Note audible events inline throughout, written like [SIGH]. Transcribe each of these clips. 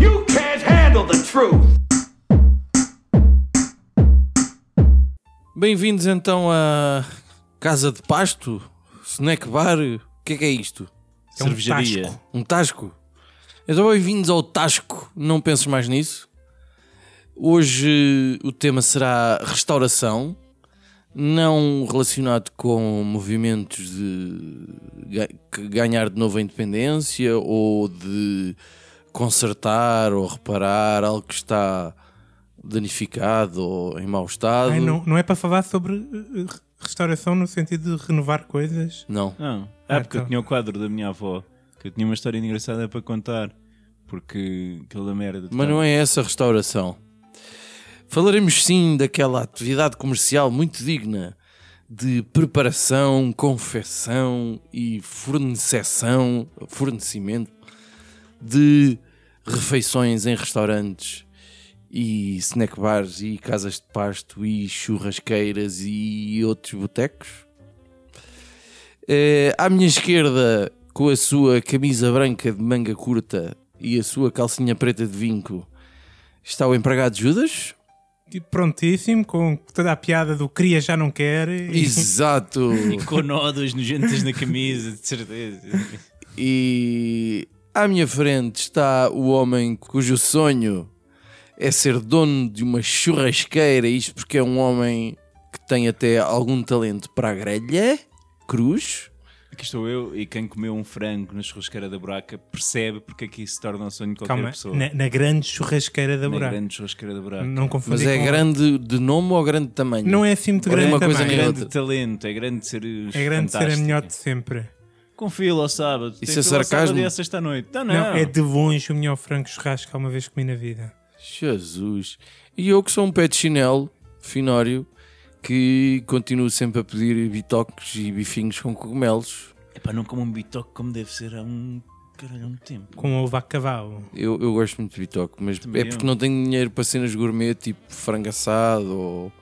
You can't handle the truth. Bem-vindos então à Casa de Pasto, Snack Bar. O que é que é isto? É um Cervejaria. tasco. Um Tasco? Então, bem-vindos ao Tasco. Não penses mais nisso. Hoje eh, o tema será restauração, não relacionado com movimentos de ga- que ganhar de novo a independência ou de consertar ou reparar algo que está danificado ou em mau estado. Ai, não, não é para falar sobre eh, re- restauração no sentido de renovar coisas. Não. Não. Ah, porque então. eu tinha o quadro da minha avó, que eu tinha uma história engraçada para contar, porque aquela merda. de Mas não é essa a restauração. Falaremos sim daquela atividade comercial muito digna de preparação, confecção e forneceção, fornecimento de refeições em restaurantes e snack bars e casas de pasto e churrasqueiras e outros botecos. Eh, à minha esquerda, com a sua camisa branca de manga curta e a sua calcinha preta de vinco, está o empregado [LAUGHS] Judas. E Tipo, prontíssimo, com toda a piada do cria já não quer. e- Exato! Com nódoas nojentas na camisa, de certeza. E à minha frente está o homem cujo sonho é ser dono de uma churrasqueira, isto porque é um homem que tem até algum talento para a grelha, cruz. Aqui estou eu e quem comeu um frango na churrasqueira da buraca percebe porque é que isso se torna um sonho de qualquer Calma, pessoa. na, na grande churrasqueira da Na buraca. grande churrasqueira da buraca. Não Mas confundir é com- grande de nome ou grande de tamanho? Não é assim muito Ora, grande uma coisa também. nem grande outra. talento, é grande ser. É grande ser a melhor de sempre. Confia lá ao sábado. Tem é fila ao sarcasmo? sábado e à sexta-noite. Então Não, não. Não, é de longe o melhor frango churrasco que alguma vez comi na vida. Jesus. E eu que sou um pé de chinelo, finório, que continuo sempre a pedir bitoques e bifinhos com cogumelos. Epá, não como um bitoque como deve ser há um caralhão de tempo. Com um ovo a cavalo. Eu, eu gosto muito de bitoque, mas Também é porque eu. não tenho dinheiro para cenas gourmet, tipo frango assado [LAUGHS] ou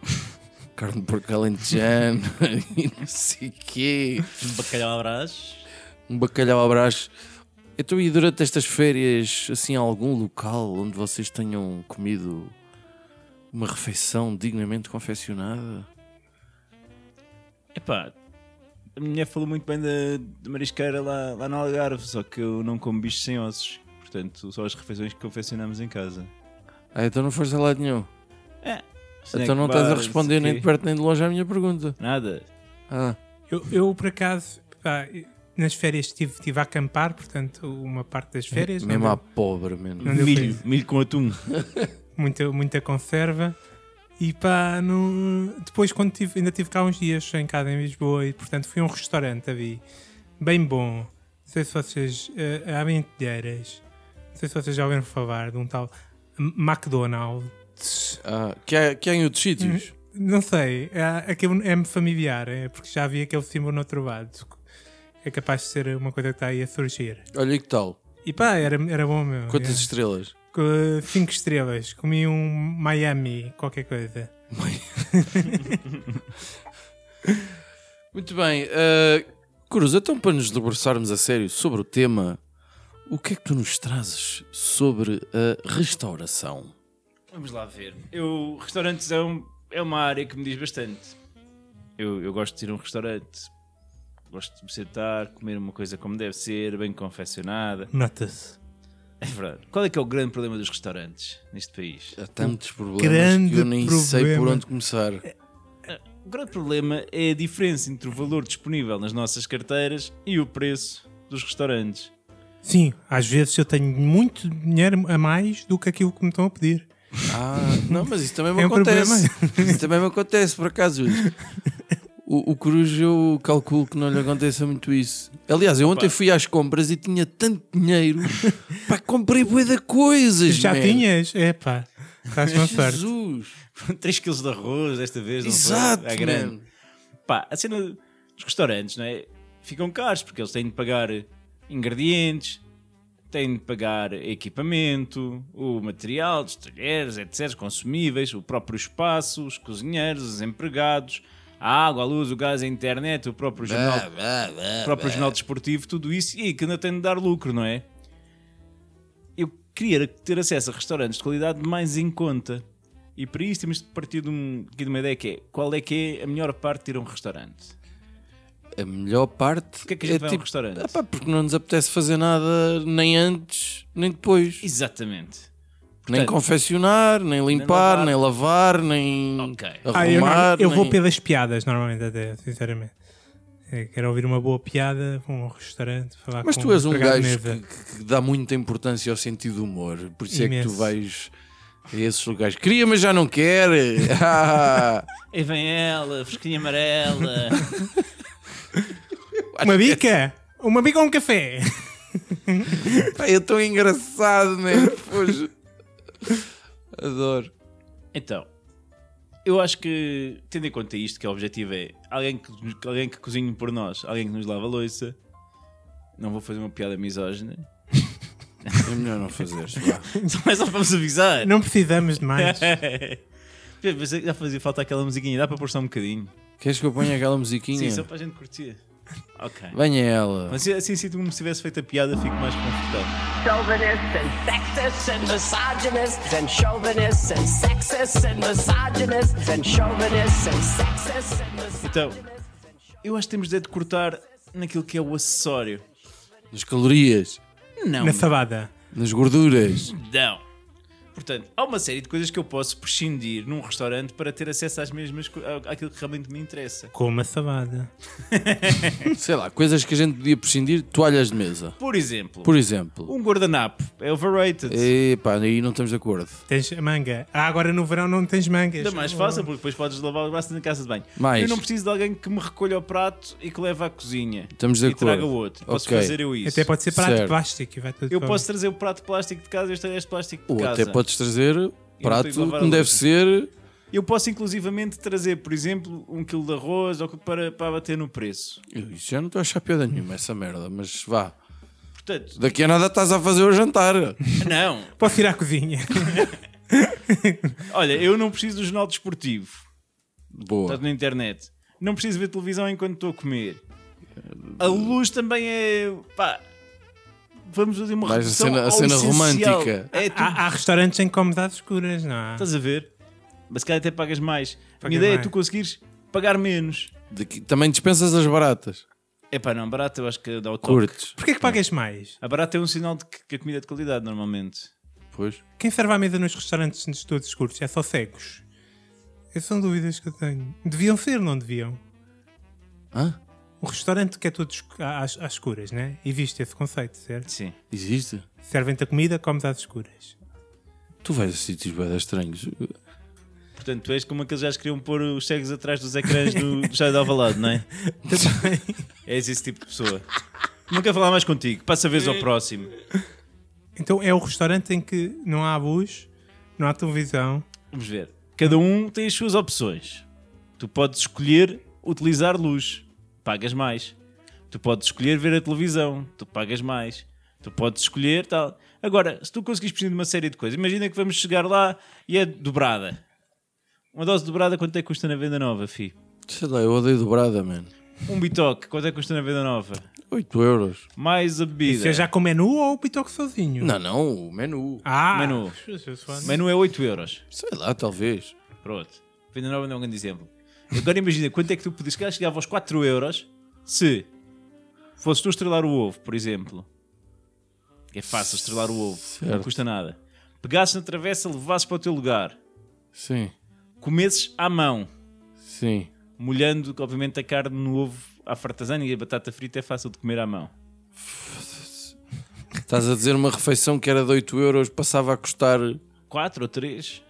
carne de porco alentejano [LAUGHS] e não sei o quê. Um bacalhau à brás. Um bacalhau à brás. Então, e durante estas férias, assim, há algum local onde vocês tenham comido uma refeição dignamente confeccionada? Epá, a minha mulher falou muito bem da, da marisqueira lá, lá no Algarve, só que eu não como bichos sem ossos. Portanto, só as refeições que confeccionamos em casa. Ah, então não foste a lado nenhum. É. então não estás a responder nem de perto nem de longe à minha pergunta. Nada. Ah, Eu, eu, por acaso, pá, nas férias estive, estive a acampar, portanto, uma parte das férias. não Uhum. mesmo Hum. deu- à pobre, mano. Não deu Milho, para milho com atum. muita, muita conserva. E pá, não... depois quando tive, ainda tive cá uns dias em casa em Lisboa e portanto fui a um restaurante ali, bem bom. Não sei se vocês eh, abrem telheiras, não sei se vocês já ouviram falar de um tal McDonald's. Ah, que, há, que há em outros sítios. Não sei, é, aquilo é-me familiar, é, porque já vi aquele símbolo no outro lado. É capaz de ser uma coisa que está aí a surgir. Olha que tal. E pá, era, era bom meu. Quantas é. estrelas? 5 estrelas, comi um Miami, qualquer coisa. Muito bem. ah, Cruz, então para nos debruçarmos a sério sobre o tema, o que é que tu nos trazes sobre a restauração? Vamos lá ver. Eu, restaurantes é, um- é uma área que me diz bastante. Eu, eu gosto de ir a um restaurante. Gosto de me sentar, comer uma coisa como deve ser, bem confeccionada. Nota-se. É verdade. Qual é que é o grande problema dos restaurantes neste país? Há tantos problemas grande que eu nem sei por problema. onde começar. O grande problema é a diferença entre o valor disponível nas nossas carteiras e o preço dos restaurantes. [LAUGHS] Sim, às vezes eu tenho muito dinheiro a mais do que aquilo que me estão a pedir. Ah, não, mas isso também me É um acontece. Isso também me acontece, por acaso. O, o Cruz, eu calculo que não lhe aconteça muito isso. Aliás, eu ontem fui às compras e tinha tanto dinheiro. Pá, comprei bué de coisas, Já man. tinhas? É pá, estás [LAUGHS] com sorte. Jesus. 3 kg de arroz desta vez, não foi? Exato, À man. Pá, a cena dos restaurantes, não é? Ficam caros porque eles têm de pagar ingredientes, tem de pagar equipamento, o material, os talheres, etc., consumíveis, o próprio espaço, os cozinheiros, os empregados, a água, a luz, o gás, a internet, o próprio jornal, o próprio jornal desportivo, tudo isso, e que ainda tem de dar lucro, não é? Eu queria ter acesso a restaurantes de qualidade mais em conta. E para isso temos de partir de, um, aqui de uma ideia que é qual é que é a melhor parte de ter um restaurante? A melhor parte. Porquê é que a gente vai a um restaurante? "Ah pá, porque não nos apetece fazer nada nem antes, nem depois. Exatamente. nem portanto, confeccionar, nem limpar, nem lavar, nem, Ok. arrumar. Ah, eu, não- eu nem- vou pelas piadas, normalmente, até, sinceramente. É, Quero ouvir uma boa piada com um restaurante. Falar Mas com tu és um empregado de gajo mesa. que, que- que dá muita importância ao sentido do humor, por isso é que tu Imenso. vais a esses lugares. Queria, mas já não [LAUGHS] quer. Ah, Aí vem ela, fresquinha amarela. Uma bica? Uma bica ou [LAUGHS] um café? pá, eu estou engraçado, né? Pois. Adoro. [LAUGHS] então, eu acho que, tendo em conta isto, que o objetivo é alguém que, alguém que cozinhe por nós, alguém que nos lava a louça. Não vou fazer uma piada misógina. É melhor não fazeres. vá. Só é só para vos avisar. Não precisamos [LAUGHS] de mais. Pensei é que Já fazia falta aquela musiquinha, dá para pôr só um bocadinho. Queres que eu ponha aquela musiquinha? Sim, só para a gente curtir. Ok. Venha ela. Mas assim sinto-me se tivesse feito a piada, fico mais confortável. chauvinists and sexists and misogynists and chauvinists and sexists and misogynists and chauvinists and sexists and Então, misogynists. eu acho que temos de cortar naquilo que é o acessório. Nas calorias, Não, Na sabada. nas gorduras. Não. Portanto, há uma série de coisas que eu posso prescindir num restaurante para ter acesso às mesmas co- à- àquilo que realmente me interessa. Com uma sabada. Sei lá, coisas que a gente podia prescindir, toalhas de mesa, Por exemplo, por exemplo. um guardanapo é overrated. Epá, aí não estamos de acordo. Tens manga. Ah, agora no verão não tens mangas. Oh. Ainda mais fácil, porque depois podes lavar o braço na casa de banho. Mais. Eu não preciso de alguém que me recolha o prato e que leve à cozinha. Estamos de e traga acordo. o outro. Posso Ok. fazer eu isso. Até pode um. ser prato Certo. de plástico e vai tudo Eu para- posso trazer o prato de plástico de casa e os talheres de plástico de Ou casa. até podes é trazer prato tenho que lavar a como deve louça. ser. Eu posso inclusivamente trazer, por exemplo, um quilo de arroz ou co- para, para bater no preço. Eu isso já não estou a achar piada nenhuma, essa merda, mas vá. [LAUGHS] Portanto, Daqui a nada estás a fazer o jantar. não. Posso ir à cozinha. [LAUGHS] Olha, eu não preciso do jornal desportivo. Boa. Está na internet. Não preciso ver televisão enquanto estou a comer. A luz também é. pá. Vamos fazer uma Mais a redução cena- a ao cena essencial. romântica. É tudo. há, há restaurantes em comodadas escuras, não há? Estás a ver? Mas se calhar até pagas mais. a Minha Paguei ideia é mais. tu conseguires pagar menos. Daqui- também dispensas as baratas. É pá, não, barato eu acho que dá o toque. Curtes. Porquê que pagas mais? A barata é um sinal de que que a comida é de qualidade normalmente. Pois. Quem serve à mesa nos restaurantes nos todos escuros? É só cegos? Essas são dúvidas que eu tenho. Deviam ser, não deviam? Hã? O restaurante que é todo escu- às, às escuras, né? Existe esse conceito, certo? Sim. Existe? Servem-te a comida, comes às escuras. Tu vais a sítios bem estranhos. Portanto, tu és como aqueles que já queriam pôr os cegos atrás dos ecrãs do do Jair de Alvalade, não é? [LAUGHS] És esse tipo de pessoa. Não quero falar mais contigo. Passa a vez ao próximo. Então é o restaurante em que não há luz, não há televisão. Vamos ver. Cada um tem as suas opções. Tu podes escolher utilizar luz, pagas mais. Tu podes escolher ver a televisão, tu pagas mais. Tu podes escolher tal. Agora, se tu conseguires prescindir de uma série de coisas, imagina que vamos chegar lá e é dobrada. Uma dose dobrada quanto é que custa na venda nova, fi? Sei lá, eu odeio dobrada, mano. Um bitoque, quanto é que custa na venda nova? 8 euros. Mais a bebida. Seja já com menu ou o pitoco sozinho? Não, não, o menu. Ah, Menu. menu. Menu é 8 euros. Sei lá, talvez. Pronto. Venda nova não é um grande exemplo. Agora imagina quanto é que tu podias. Se calhar chegava aos 4 euros se fosses tu estrelar o ovo, por exemplo. É fácil estrelar o ovo, não Certo. custa nada. Pegasses na travessa, levasses para o teu lugar, Sim, comesses à mão, sim. molhando, obviamente, a carne no ovo à fartazana e a batata frita é fácil de comer à mão. Estás a dizer uma refeição que era de 8 euros, passava a custar. 4 ou 3,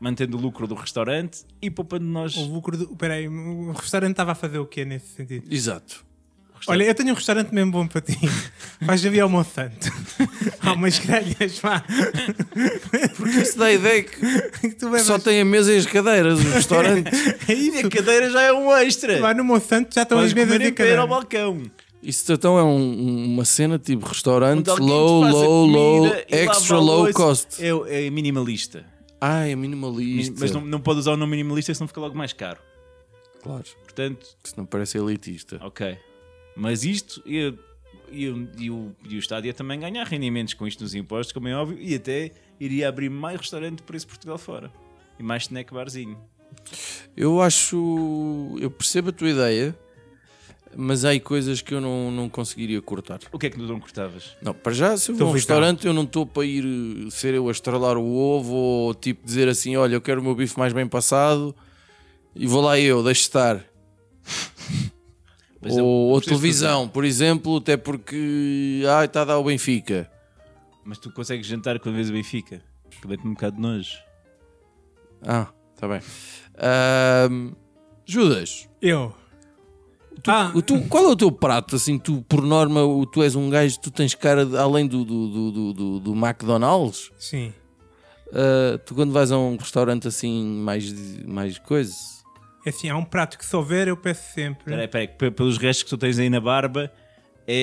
mantendo o lucro do restaurante e poupando nós. O lucro do... Peraí, o restaurante estava a fazer o quê nesse sentido? Exato. Olha, eu tenho um restaurante mesmo bom [LAUGHS] para ti. Vais a via ao Monsanto. Há umas grelhas, vá. Isso dá a ideia que que tu levas. só tem a mesa e as cadeiras, o restaurante. É isso. A cadeira já é um extra! Lá no Monsanto já estão Podes as mesas comer de em pé ao cadeira. balcão. Isso então é um- uma cena tipo restaurante Onde alguém te low, faz a low, comida low, e lava extra a low louça. cost. É, é minimalista. Ah, é minimalista. Mas não, não pode usar o nome minimalista, senão fica logo mais caro. Claro, Portanto, isso não parece elitista. ok. Mas isto, e, e, e o, e o Estado ia também ganhar rendimentos com isto nos impostos, como é óbvio, e até iria abrir mais restaurante por esse Portugal fora. E mais snack barzinho. Eu acho. Eu percebo a tua ideia, mas há aí coisas que eu não, não conseguiria cortar. O que é que tu não cortavas? Não, para já, se eu Então vou a um Estou ligado. restaurante, eu não estou para ir eh, ser eu a estralar o ovo ou tipo dizer assim: olha, eu quero o meu bife mais bem passado e vou lá eu, deixo estar. Mas eu- ou ou é, eu preciso televisão, por exemplo, até porque. Ai, está a dar o Benfica. fazer- Mas tu consegues jantar quando vês o Benfica? Acabei-te um bocado de nojo. Ah, está bem. Ahm, Judas, Eu. ah, o tu- qual é o teu prato? Assim, tu, por norma, o- tu és um gajo, tu tens cara, de- além do, do, do, do, do- do McDonald's, sim. ah, tu quando vais a um restaurante assim, mais, de- mais coisa. É Assim, há um prato que se houver, eu peço sempre. Peraí, peraí, que pe- pelos restos que tu tens aí na barba,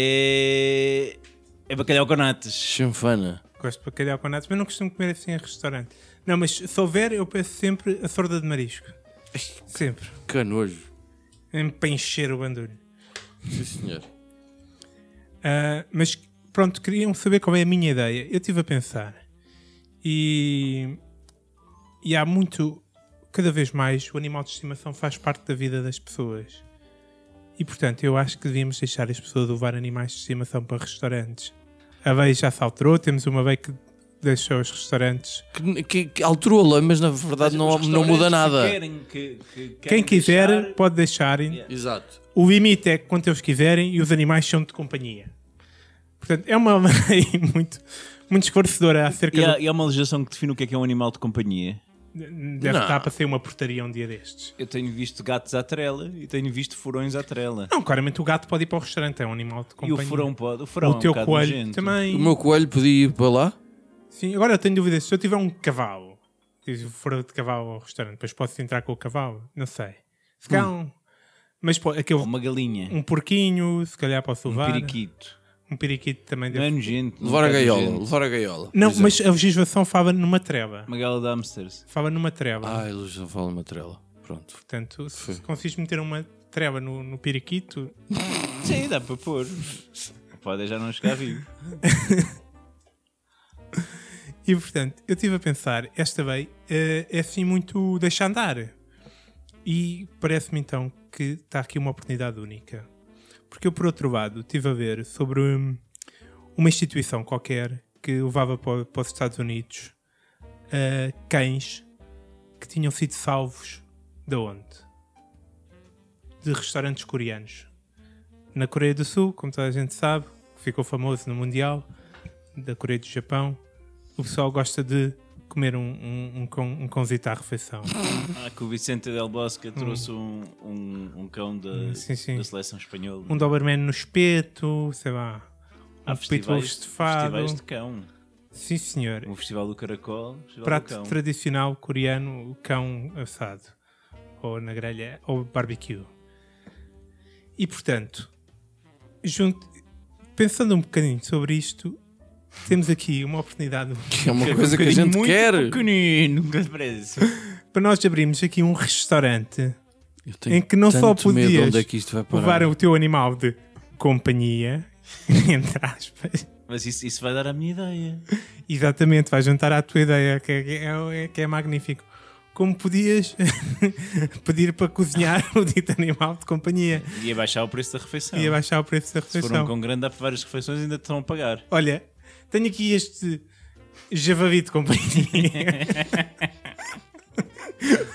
é. É bacalhau com natas. Chanfana. Gosto de bacalhau com natas, mas não costumo comer assim em restaurante. Não, mas se houver, eu peço sempre a sorda de marisco. Sempre. Que nojo. Mesmo Para encher o bandulho. Sim, senhor. Ah, mas pronto, queriam saber qual é a minha ideia. Eu estive a pensar e, e há muito, cada vez mais, o animal de estimação faz parte da vida das pessoas. E portanto, eu acho que devíamos deixar as pessoas levar animais de estimação para restaurantes. A veia já se alterou, temos uma veia que deixou os restaurantes. Que, que, que alterou-la, mas na verdade não, Os não muda restaurantes nada. que querem, que- que Quem querem quiser deixar- pode deixarem. Exato. O limite é quanto eles quiserem e os animais são de companhia. Portanto, é uma [LAUGHS] lei muito, muito esclarecedora acerca E há, e há uma legislação que define o que é que é um animal de companhia. do. Deve Não. estar para ser uma portaria um dia destes. Eu tenho visto gatos à trela e tenho visto furões à trela. Não, claramente o gato pode ir para o restaurante, é um animal de E companhia. o furão pode. O furão O é um teu bocado coelho nojento. também. O meu coelho podia ir para lá? Sim, agora eu tenho dúvidas. Se eu tiver um cavalo, se eu for de cavalo ao restaurante, depois posso entrar com o cavalo? Não sei. Se calhar um. Mas pô, aquele. Hum. Uma galinha. Um porquinho, se calhar posso Um levar. periquito. Um periquito também Não deve é nojento. Levar não a é gaiola, nojento. levar a gaiola. por Não, exemplo. mas a legislação fala numa treva. Uma gaiola de hamsters. Fala numa treva. Ah, Ai, Luís, não fala uma trela. Pronto. [LAUGHS] Portanto, se consegues meter uma treva no, no periquito, Sim, dá para pôr. Pode já não chegar vivo. e portanto, eu estive a pensar, esta bem eh, é assim muito deixa andar. E parece-me então que está aqui uma oportunidade única. Porque eu, por outro lado, estive a ver sobre hum, uma instituição qualquer que levava para, para os Estados Unidos eh, cães que tinham sido salvos de onde? De restaurantes coreanos. Na Coreia do Sul, como toda a gente sabe, ficou famoso no Mundial, da Coreia do Japão, o pessoal gosta de comer um, um, um, cão- um cãozito à refeição. Ah, que o Vicente Del Bosque trouxe um, um, um cão da, Hum. Sim, sim. da seleção espanhola. Um Doberman no espeto, sei lá. Há Um pitbull festivais, estofado. festivais de cão. Sim, senhor. Um festival do caracol, um festival do Prato cão. tradicional coreano, o cão assado. Ou na grelha, ou barbecue. E portanto, junto, pensando um bocadinho sobre isto, temos aqui uma oportunidade Que é uma coisa que a gente um muito quer. pequenino, nunca se parece. para nós abrirmos aqui um restaurante Eu tenho em que não só tanto medo podias onde é que isto vai parar. levar um- o teu animal de companhia, [LAUGHS] entre aspas. Mas isso, isso vai dar a minha ideia. Exatamente, vai juntar à tua ideia, que é, que é- que é magnífico. Como podias [LAUGHS] pedir para cozinhar o dito animal de companhia Ia baixar o preço da refeição. e abaixar o preço da Se for um refeição? cão grande, dá para várias refeições e ainda te estão a pagar. [LAUGHS] Olha, tenho aqui este javali [LAUGHS] de companhia.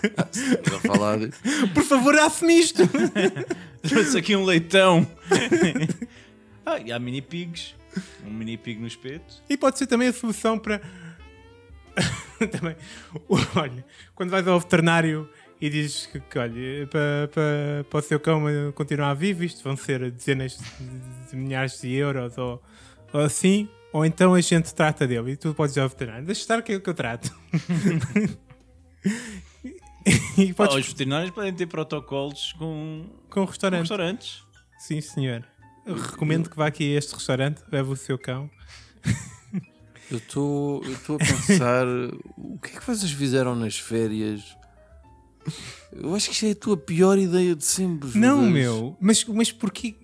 Estás a falar de- Por favor, asse-me isto. Trouxe aqui um [LAUGHS] leitão. ah, e há mini pigs. Um mini pig no espeto. E pode ser também a solução para. [LAUGHS] também. Olha, quando vais ao veterinário e dizes que, que, olha, para, para, para o seu cão eh, continuar vivo, isto vão ser dezenas de, de milhares de euros ou, ou assim, ou então a gente trata dele e tu podes ir ao veterinário. Deixa estar que eu, que eu trato. [LAUGHS] e Ah, podes os veterinários podem ter protocolos com, com o com restaurante. restaurantes. Sim, senhor. Eu recomendo que vá aqui a este restaurante, leve o seu cão. Eu estou a pensar o que é que vocês fizeram nas férias? Eu acho que isto é a tua pior ideia de sempre. Não, Judas. meu, mas, mas porquê?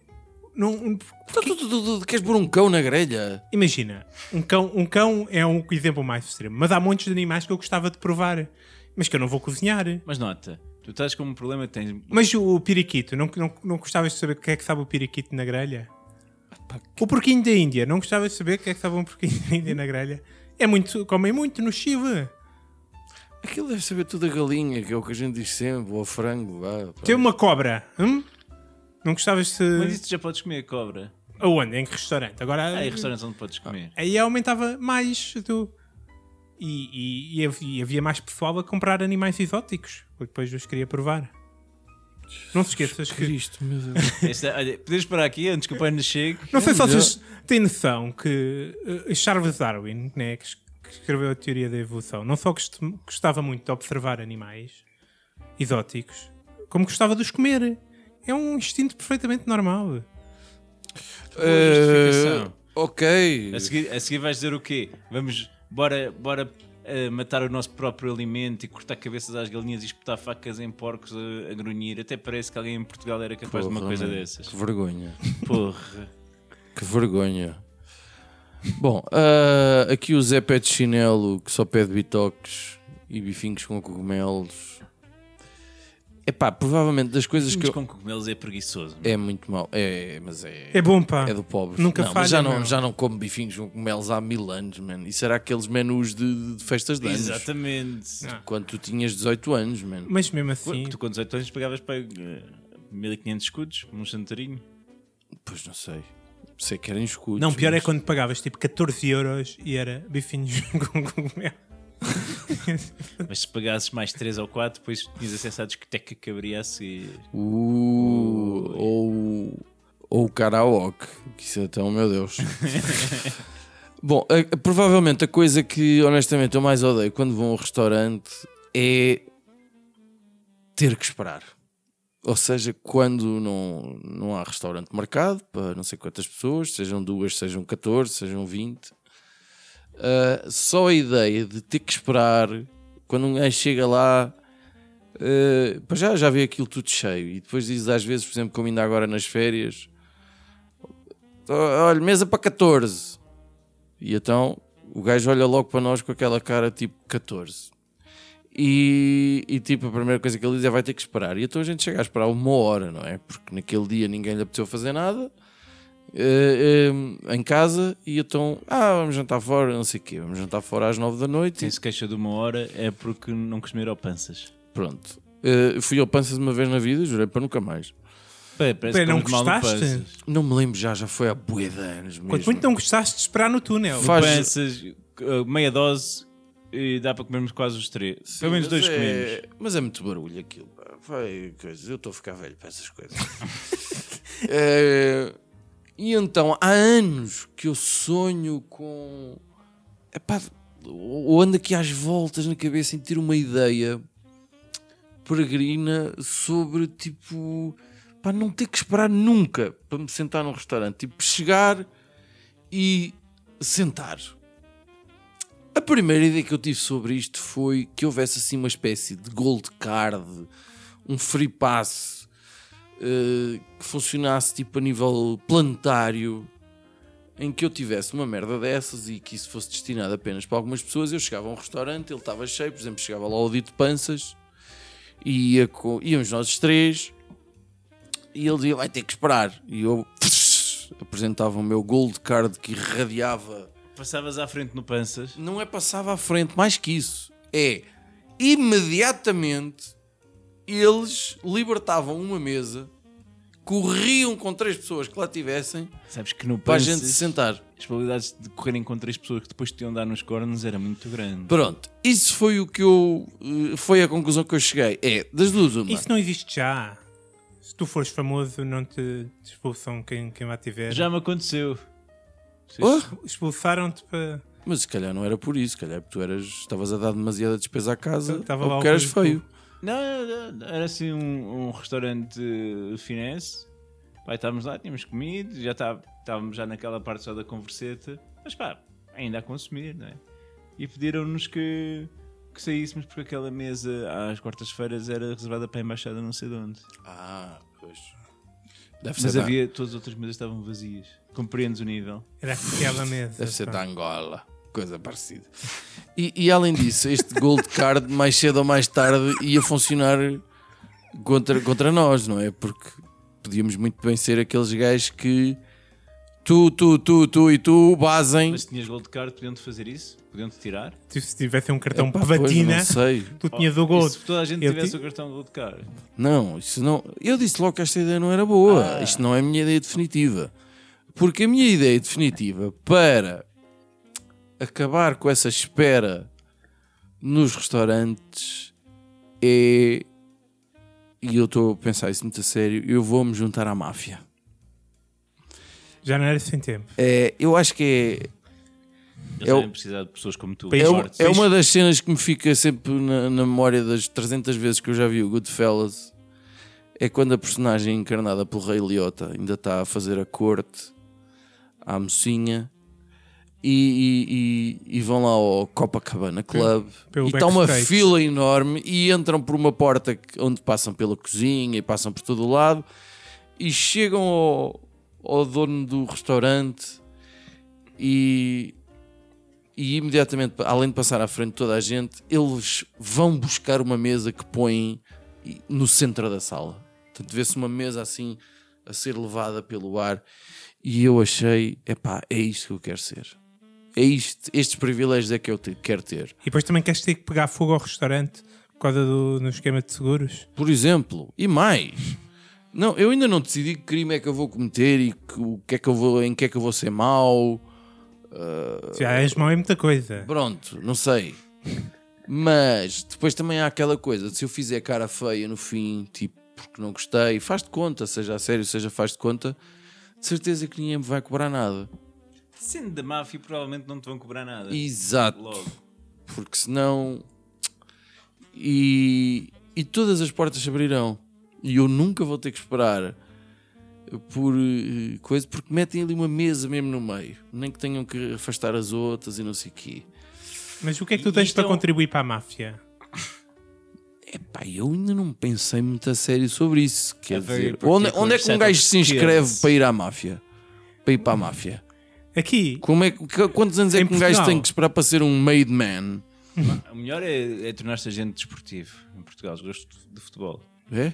Não, Então, tu, tu- tu- tu queres pôr um cão na grelha? Imagina, um cão, um cão é um exemplo mais extremo, mas há montes de animais que eu gostava de provar, mas que eu não vou cozinhar. Mas nota, tu estás com um problema que tens. Mas o, o periquito, não, não, não gostavas de saber o que é que sabe o periquito na grelha? pá, O porquinho da Índia, não gostavas de saber o que é que sabe um porquinho da Índia na grelha? É muito, comem muito no Chile. Aquilo deve saber tudo a galinha, que é o que a gente diz sempre, ou a frango. Vá, pá. Tem uma cobra, hum? Não gostavas de... Mas isso Ah, tu já podes comer cobra. Aonde? Em que restaurante? Agora... Há aí restaurantes onde podes comer. aí aumentava mais do... E, e- e hav- e havia mais pessoal a comprar animais exóticos, porque depois os queria provar. Não se esqueças que. Cristo, meu Deus. Esta- é, olha, podes parar aqui antes que o pai nos chegue. Não sei se melhor. vocês têm noção que eh, Charles Darwin, né, que es- que escreveu a teoria da evolução, não só gost- gostava muito de observar animais exóticos, como gostava de os comer. É um instinto perfeitamente normal. justificação. Eh, ok. A seguir, a seguir vais dizer o quê? Vamos, bora, bora eh, matar o nosso próprio alimento e cortar cabeças às galinhas e espetar facas em porcos a, a grunhir. Até parece que alguém em Portugal era capaz de é uma Porra, coisa mano, [LAUGHS] dessas. Que vergonha. Porra. Que vergonha. Bom, ah, aqui o Zé pé de chinelo que só pede bitoques e bifinhos com cogumelos. Epá, provavelmente das coisas que Mas eu... com cogumelos é preguiçoso. É muito mal. É, mas é... É bom, pá. É do pobre. Nunca não, mas falha, já não, meu. já não como bifinhos com cogumelos há mil anos, man. Isso era aqueles menus de, de festas de anos. Exatamente. Ah. Quando tu tinhas 18 anos, man. Mas mesmo Sim. assim, Tu com 18 anos pagavas para eh, 1500 escudos, um santarinho. [LAUGHS] Pois não sei. Sei que eram escudos. Não, pior é mas- quando pagavas tipo 14 euros e era bifinhos com [LAUGHS] cogumelo. Mas se pagasses mais 3 ou 4, depois tinhas acesso à discoteca que abria a seguir. Uh, ou, ou o karaoke, que isso é tão, meu Deus. Bom, a- provavelmente a coisa que honestamente eu mais odeio quando vou a um restaurante é ter que esperar. Ou seja, quando não, não há restaurante marcado para não sei quantas pessoas, sejam duas, sejam 14, sejam 20, ah, só a ideia de ter que esperar quando um gajo chega lá Uh, para já, já vê aquilo tudo cheio e depois diz às vezes, por exemplo, como ainda agora nas férias, "Ó, olha, mesa para 14. E então o gajo olha logo para nós com aquela cara tipo 14. E, e, tipo, a primeira coisa que ele diz é vai ter que esperar. E então a gente chega a esperar uma hora, não é? Porque naquele dia ninguém lhe apeteceu fazer nada eh, eh, em casa. E então, ah, vamos jantar fora, não sei o quê, vamos jantar fora às 9 da noite. Quem se queixa de uma hora é porque não comer ao panças. Pronto. Uh, fui ao Panças uma vez na vida, jurei para nunca mais. Pé, parece Pé, que não comes mal no gostaste? Panças. Não me lembro já, já foi há bué de anos mesmo. Quanto muito não gostaste de esperar no túnel. Fa- Faz- Panças, eh, meia dose e dá para comermos quase os três. Pelo menos Mas dois é... comemos. Mas é muito barulho aquilo. pá. Vai, coisa, Eu estou a ficar velho para essas coisas. É, E então, há anos que eu sonho com. Epá, ou ando aqui às voltas na cabeça em ter uma ideia peregrina sobre tipo. Pá, não ter que esperar nunca para me sentar num restaurante. Tipo, chegar e sentar. A primeira ideia que eu tive sobre isto foi que houvesse assim uma espécie de gold card, um free pass eh, que funcionasse tipo a nível planetário, em que eu tivesse uma merda dessas e que isso fosse destinado apenas para algumas pessoas. Eu chegava a um restaurante, ele estava cheio, por exemplo, chegava lá ao Dito Panças e ia com- íamos nós os três e ele dizia vai ter que esperar. E eu [LAUGHS] apresentava o meu gold card que irradiava Passavas à frente no panças. não é passava à frente, mais que isso. É imediatamente eles libertavam uma mesa, corriam com três pessoas que lá tivessem Sabes que no para a panças gente se sentar. as probabilidades de correrem com três pessoas que depois te iam dar nos cornos era muito grande. Pronto, isso foi o que eu. eh, Foi a conclusão que eu cheguei. É, das duas, uma. Isso não existe já. Se tu fores famoso, não te te expulsam quem, quem lá tiver. Já me aconteceu. Oh, Expulsaram-te para. mas se calhar não era por isso, se calhar porque tu eras, estavas a dar demasiada despesa à casa Estava ou lá porque o eras Rodrigo. feio. Não, não, não, era assim um, um restaurante eh, finesse Pá, estávamos lá, tínhamos comido, já tá- estávamos já naquela parte só da converseta, mas pá, ainda a consumir, não é? E pediram-nos que, que saíssemos porque aquela mesa às quartas-feiras era reservada para a embaixada não sei de onde. Ah, pois. Deve Mas ser, tá. da, havia, todas as outras mesas estavam vazias. Compreendes o nível? Era aquela mesa. deve ser pá. da Angola. Coisa [LAUGHS] parecida. E, e além disso, este gold card, mais cedo ou mais tarde, ia funcionar contra, contra nós, não é? Porque podíamos muito bem ser aqueles gajos que tu, tu, tu, tu e tu basem. Mas se tinhas gold card, podiam-te fazer isso? Podiam-te tirar? Tipo, Se tivesse um cartão Epá, para pois, batina, Não sei. tu tinhas o E gold. se toda a gente Eu tivesse ti- o cartão gold card? Não, isso não. Eu disse logo que esta ideia não era boa. Isto não é a minha ideia definitiva. Porque a minha ideia definitiva para acabar com essa espera nos restaurantes é. E eu estou a pensar isso muito a sério. Eu vou-me juntar à máfia. Já não era sem tempo. É, eu acho que é, Eles Eu- devem precisar de pessoas como tu. País- É, fortes. é uma das cenas que me fica sempre na, na memória das 300 vezes que eu já vi o Goodfellas. É quando a personagem encarnada pelo Rei Liotta ainda está a fazer a corte à mocinha e, e- e- e vão lá ao Copacabana Club pelo e está uma backstage. fila enorme e entram por uma porta que- onde passam pela cozinha e passam por todo o lado e chegam ao, ao dono do restaurante e, e imediatamente, além de passar à frente de toda a gente, eles vão buscar uma mesa que põem e- no centro da sala. Portanto, vê-se uma mesa assim a ser levada pelo ar. E eu achei, epá, é isto que eu quero ser. É isto, estes privilégios é que eu te- quero ter. E depois também queres ter que pegar fogo ao restaurante por causa do no esquema de seguros. Por exemplo, e mais. Não, eu ainda não decidi que crime é que eu vou cometer e que, o que é que eu vou, em que é que eu vou ser mau. Já Eh, és mau em muita coisa. Pronto, não sei. Mas depois também há aquela coisa de se eu fizer cara feia no fim, tipo, porque não gostei, faz de conta, seja a sério, seja faz de conta, de certeza que ninguém me vai cobrar nada. Sendo da máfia, provavelmente não te vão cobrar nada. Exato. Logo. Porque senão. E, e todas as portas se abrirão. E eu nunca vou ter que esperar por eh, coisa, porque metem ali uma mesa mesmo no meio, nem que tenham que afastar as outras e não sei o quê. Mas o que é que E tu tens isto para então? é um- contribuir para a máfia? Epá, eu ainda não pensei muito a sério sobre isso. Quer A very dizer, particular onde, onde é que um set gajo of se inscreve skills. para ir à máfia? Para ir para a máfia? Aqui, Como é, que- qu- quantos anos é Em que um gajo Portugal. tem que esperar para ser um made man? O melhor é, é tornar-se agente desportivo em Portugal, os gostos de futebol. É?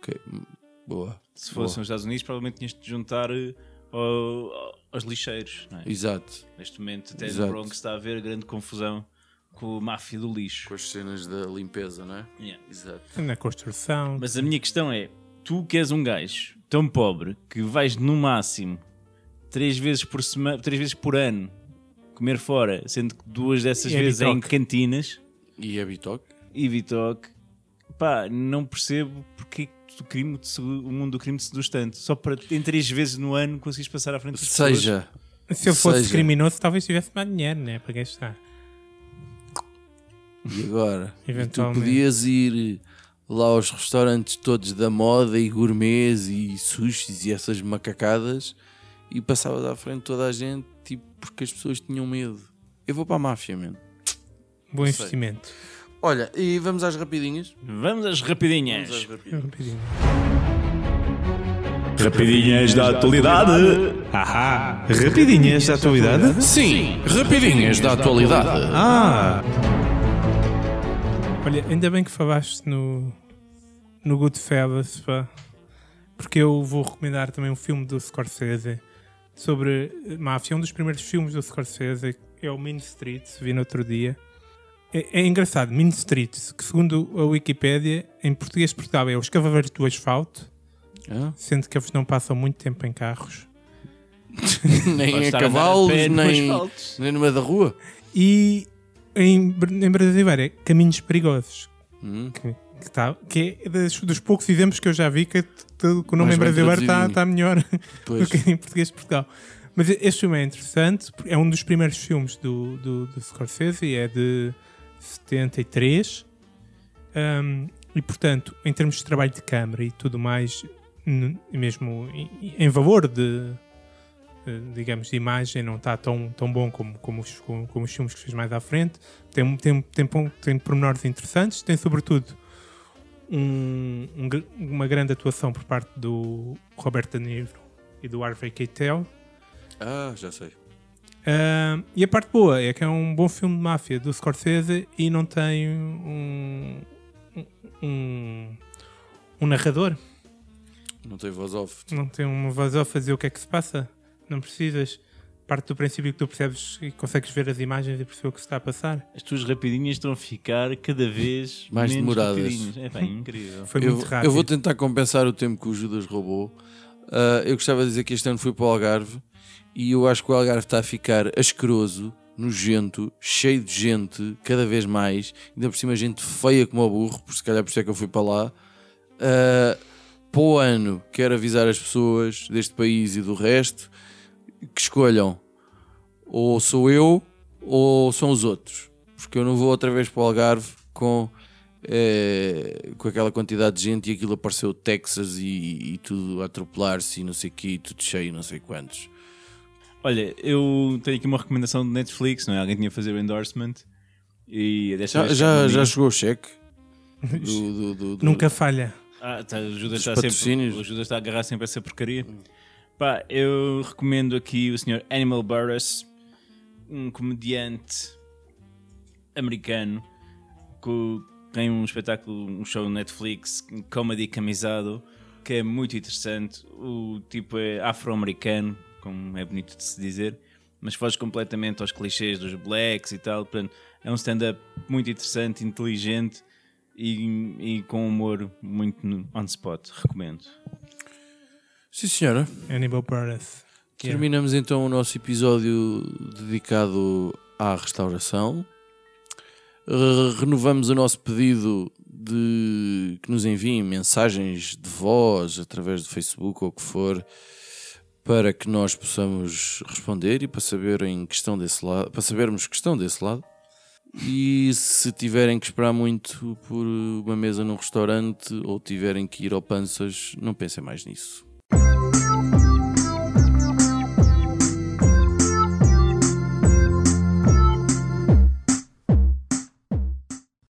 Ok, hum, boa. Se fosse nos Estados Unidos, provavelmente tinhas de te juntar eh, ao- ao- aos lixeiros. Não é? Exato. Neste momento, até Exato. no Bronx está a haver grande confusão com a máfia do lixo. as cenas da limpeza, não é? Yeah. Exato. na construção, Mas a minha questão é: tu que és um gajo tão pobre que vais no máximo três vezes por, sema- três vezes por ano comer fora, sendo que duas dessas E é vezes é em bitoque. cantinas E a Bitoc? e Bitoque, pá, não percebo porque é que o, crime te sedu- o mundo do crime te seduz tanto. Só para em três vezes no ano conseguires passar à frente das pessoas. Seja, se eu fosse seja. criminoso, talvez tivesse mais dinheiro, né? Para gastar. e agora? E tu Eventualmente. podias ir lá aos restaurantes todos da moda e gourmets e sushis e essas macacadas e passavas à frente de toda a gente tipo, porque as pessoas tinham medo. Eu vou para a máfia, mesmo. Bom investimento. Olha, e vamos às rapidinhas. Vamos às rapidinhas. Rapidinho. Rapidinhas da atualidade. Ahá. Rapidinhas da atualidade? Sim, rapidinhas da atualidade. Ah. Olha, ainda bem que falaste no, no Goodfellas, pá, porque eu vou recomendar também um filme do Scorsese sobre eh, máfia. Um dos primeiros filmes do Scorsese é o Mean Streets, vi no outro dia. É, é engraçado, Mean Streets, que segundo a Wikipédia, em português de Portugal é Os Cavaleiros do Asfalto, Ah, sendo que eles não passam muito tempo em carros. nem Vais a estar a andar a cavalos, pé no nem, asfalto. nem no meio da [LAUGHS] rua. E em, Br- em brasileiro é Caminhos Perigosos. Hum. Que, que, tá- que é das- dos poucos exemplos que eu já vi que, t- que o Mais nome bem em brasileiro está traduzidinho. tá, melhor Pois. do que [LAUGHS] em português de Portugal. Mas este filme é interessante, porque é um dos primeiros filmes do, do, do Scorsese, é de 73. Ahm, e portanto, em termos de trabalho de câmara e tudo mais, n- mesmo em- em valor de, eh, digamos, de imagem, não está tão, tão bom como, como, os, como, como os filmes que fez mais à frente. Tem, tem, tem, pon- tem pormenores interessantes, tem sobretudo um- um gr- uma grande atuação por parte do Roberto De Niro e do Harvey Keitel. Ah, já sei. Ah, e a parte boa é que é um bom filme de máfia do Scorsese e não tem um, um, um narrador, Não tem voz off. não tem uma voz a fazer o que é que se passa, não precisas. Parte do princípio que tu percebes e consegues ver as imagens e perceber o que se está a passar. As tuas rapidinhas estão a ficar cada vez Mais menos demoradas. rapidinhas. É pá, incrível. Foi Eu, muito rápido. eu vou tentar compensar o tempo que o Judas roubou. Ah, eu gostava de dizer que este ano fui para o Algarve e eu acho que o Algarve está a ficar asqueroso, nojento, cheio de gente, cada vez mais. Ainda por cima, gente feia como o burro, por se calhar por isso é que eu fui para lá. Ah, para o ano, quero avisar as pessoas deste país e do resto que escolham ou sou eu ou são os outros, porque eu não vou outra vez para o Algarve com, eh, com aquela quantidade de gente e aquilo apareceu Texas e, e tudo a atropelar-se e não sei o quê, e tudo cheio, e não sei quantos. Olha, eu tenho aqui uma recomendação de Netflix, não é? Alguém tinha a fazer o endorsement. E desta Já, vez- já, já chegou o cheque? Do- do- do- do- Nunca falha. Ah, tá, o Judas Dos está sempre. patrocínios. O Judas está a agarrar sempre essa porcaria. Pá, eu recomendo aqui o Sr. Animal Burris, um comediante americano que tem um espetáculo, um show no Netflix, um comedy camisado, que é muito interessante. O tipo é afro-americano, como é bonito de se dizer, mas foge completamente aos clichês dos blacks e tal. Portanto, é um stand-up muito interessante, inteligente e, e com humor muito no- on spot. Recomendo. Sim, senhora. Hannibal Buress. Terminamos então o nosso episódio dedicado à restauração. Re- Renovamos o nosso pedido de que nos enviem mensagens de voz através do Facebook ou o que for para que nós possamos responder e para saberem que estão desse lado, para sabermos que estão desse lado. E se tiverem que esperar muito por uma mesa num restaurante ou tiverem que ir ao Panças, não pensem mais nisso.